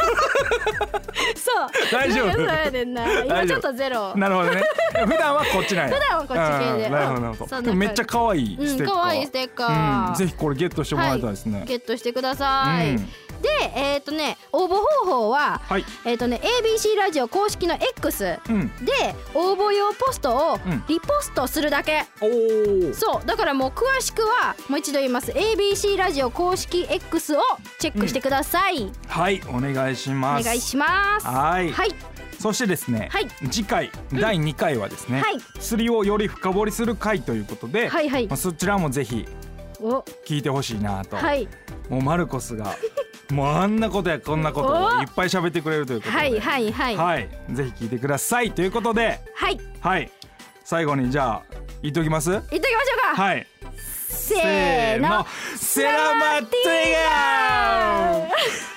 C: 大丈夫
B: そうやねんな今
C: 大
B: ち
C: 丈
B: ょっ
C: 夫
B: とゼロ
C: なるほ どね普段はこっちなんや
B: 普段はこっち系で
C: うんなるほどなる
B: うん
C: ほ
B: そんな感じ
C: どでもめっちゃ可愛い
B: うん
C: ステッカー、
B: 可愛いステッカー
C: うんぜひこれゲットしてもらいたいですね、
B: ゲットしてください、
C: うん
B: でえっ、とね応募方法は、
C: はい
B: えっ、とね ABC ラジオ公式の X で
C: うん
B: 応募用ポストを
C: うん
B: リポストするだけ、
C: おお
B: そうだからもう詳しくはもう一度言います ABC ラジオ公式 X をチェックしてください、
C: はいお願いしま
B: お
C: す
B: 願いします
C: はい
B: はい
C: そしてですね、
B: はい
C: 次回第2回はですね、
B: はい
C: 釣りをより深掘りする回ということで、
B: はいはい
C: まあ、そちらもぜひ
B: お
C: 聞いてほしいなと、
B: はい
C: もうマルコスがもうあんなことやこんなことをいっぱい喋ってくれるということで、
B: はいはいはい
C: はいぜひ聞いてくださいということで
B: はい
C: はい最後にじゃあ言っときます
B: 行っときましょうか、
C: はい
B: せーの
C: セラマティガー